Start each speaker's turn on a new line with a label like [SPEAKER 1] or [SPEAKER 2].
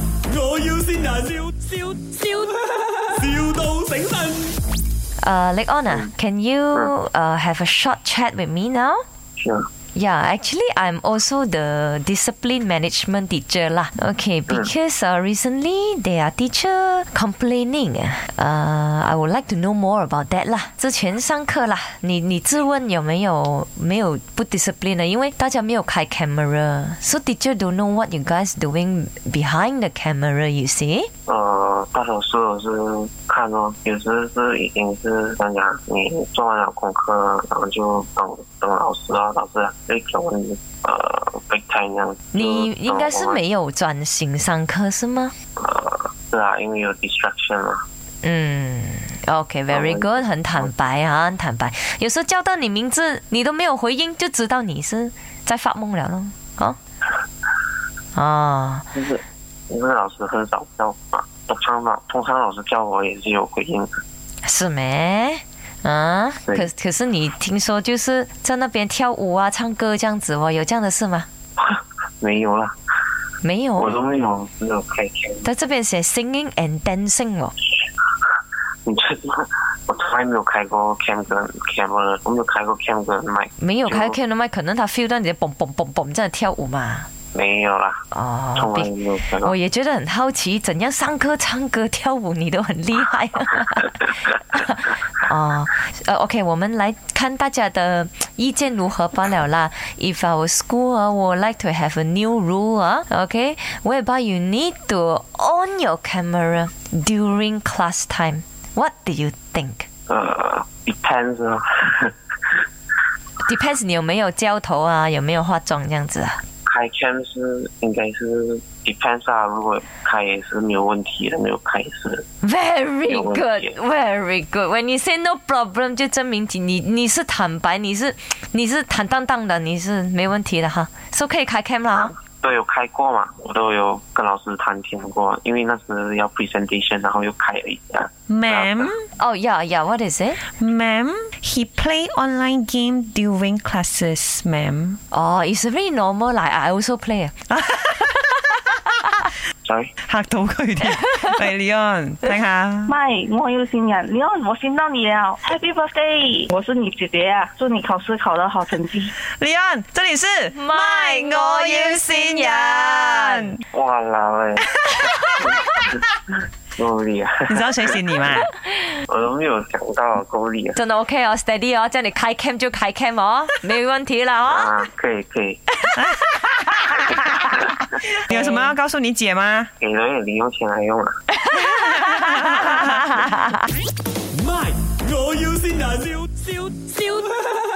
[SPEAKER 1] 要先人，笑笑笑，,笑到醒神。
[SPEAKER 2] Uh, Lake Honor, can you uh, have a short chat with me now?
[SPEAKER 3] Sure.
[SPEAKER 2] Yeah, actually, I'm also the discipline management teacher lah. Okay, because uh, recently there are teacher complaining. Uh, I would like to know more about that 啦。之前上课啦，你你自问有没有没有不 discipline 呢？因为大家没有开 camera，so teacher don't know what you guys doing behind the camera. You see?
[SPEAKER 3] 呃，大多数都是看咯，有时是已经是怎样讲，你做完了功课，然后就等等老师啊，老师会给我们呃 break time 这样。
[SPEAKER 2] 你
[SPEAKER 3] 就
[SPEAKER 2] 应该是
[SPEAKER 3] 等我们
[SPEAKER 2] 没有专心上课是吗？
[SPEAKER 3] 呃，是啊，因为有 distraction 嘛。
[SPEAKER 2] 嗯，OK，very、
[SPEAKER 3] 嗯
[SPEAKER 2] good，很坦白啊，很坦白。有时候叫到你名字，你都没有回应，就知道你是在发梦了咯。哦，哦，
[SPEAKER 3] 就是因为老师很少叫嘛，通常嘛，通常老师叫我也是有回应的。
[SPEAKER 2] 是没？啊，
[SPEAKER 3] 对
[SPEAKER 2] 可可是你听说就是在那边跳舞啊、唱歌这样子哦，有这样的事吗？
[SPEAKER 3] 没有啦，
[SPEAKER 2] 没有
[SPEAKER 3] 我都
[SPEAKER 2] 哦，
[SPEAKER 3] 没有没有开天，
[SPEAKER 2] 在这边写 singing and dancing 哦。
[SPEAKER 3] 你知道吗我从来没有开过 cam 跟 camera，我没有开过 cam 跟麦，
[SPEAKER 2] 没有开
[SPEAKER 3] 就
[SPEAKER 2] c a m 麦，可能他 feel 到你的嘣嘣嘣嘣在跳舞嘛。
[SPEAKER 3] 没有啦，
[SPEAKER 2] 哦，
[SPEAKER 3] 从
[SPEAKER 2] 比
[SPEAKER 3] 来没有开过
[SPEAKER 2] 我。也觉得很好奇，怎样上课、唱歌、跳舞，你都很厉害。 哦，呃，OK，我们来看大家的意见如何罢了啦。If our school 啊，would like to have a new rule 啊，OK，whereby you need to on your camera during class time. What do you think?
[SPEAKER 3] 呃，depends 咯，
[SPEAKER 2] Depends 你有没有浇头啊，有没有化妆这样子啊？
[SPEAKER 3] 开 cam 是应该是 depends 啊，如果开也是没有问题的，没有开也是
[SPEAKER 2] Very
[SPEAKER 3] 有问
[SPEAKER 2] good,
[SPEAKER 3] 题
[SPEAKER 2] very good. When you say no problem，就证明你你是坦白，你是你是坦荡荡的，你是没问题的哈，so, 可以开 cam 啦哈。
[SPEAKER 3] 都有开过嘛，我都有跟老师谈天过，因为那时要 presentation，然后又开了啊一下，
[SPEAKER 4] Ma'am,
[SPEAKER 2] 哦呀呀，what is it？
[SPEAKER 4] ma'am, he play online game during classes, ma'am.
[SPEAKER 2] 哦、i t s very normal. Like I also play. 啊
[SPEAKER 3] 所以
[SPEAKER 4] 嚇到佢 添，喂 Leon，聽下。
[SPEAKER 5] 麦，我有心人，你看我听到你了，Happy birthday！我是你姐姐啊，祝你考试考得好成绩。
[SPEAKER 4] Leon，这里是
[SPEAKER 2] My，我要善人。
[SPEAKER 3] 哇啦喂，够力啊！
[SPEAKER 4] 你知道谁是你吗？
[SPEAKER 3] 我都没有想到够力啊！
[SPEAKER 2] 真的 OK 哦，steady 哦，叫你开 cam 就开 cam 哦，没问题了哦。
[SPEAKER 3] 啊，可以可以，
[SPEAKER 4] 你有什么要告诉你姐吗？
[SPEAKER 3] 给了点零用钱来用啊！
[SPEAKER 1] 卖！我要先人，笑笑笑，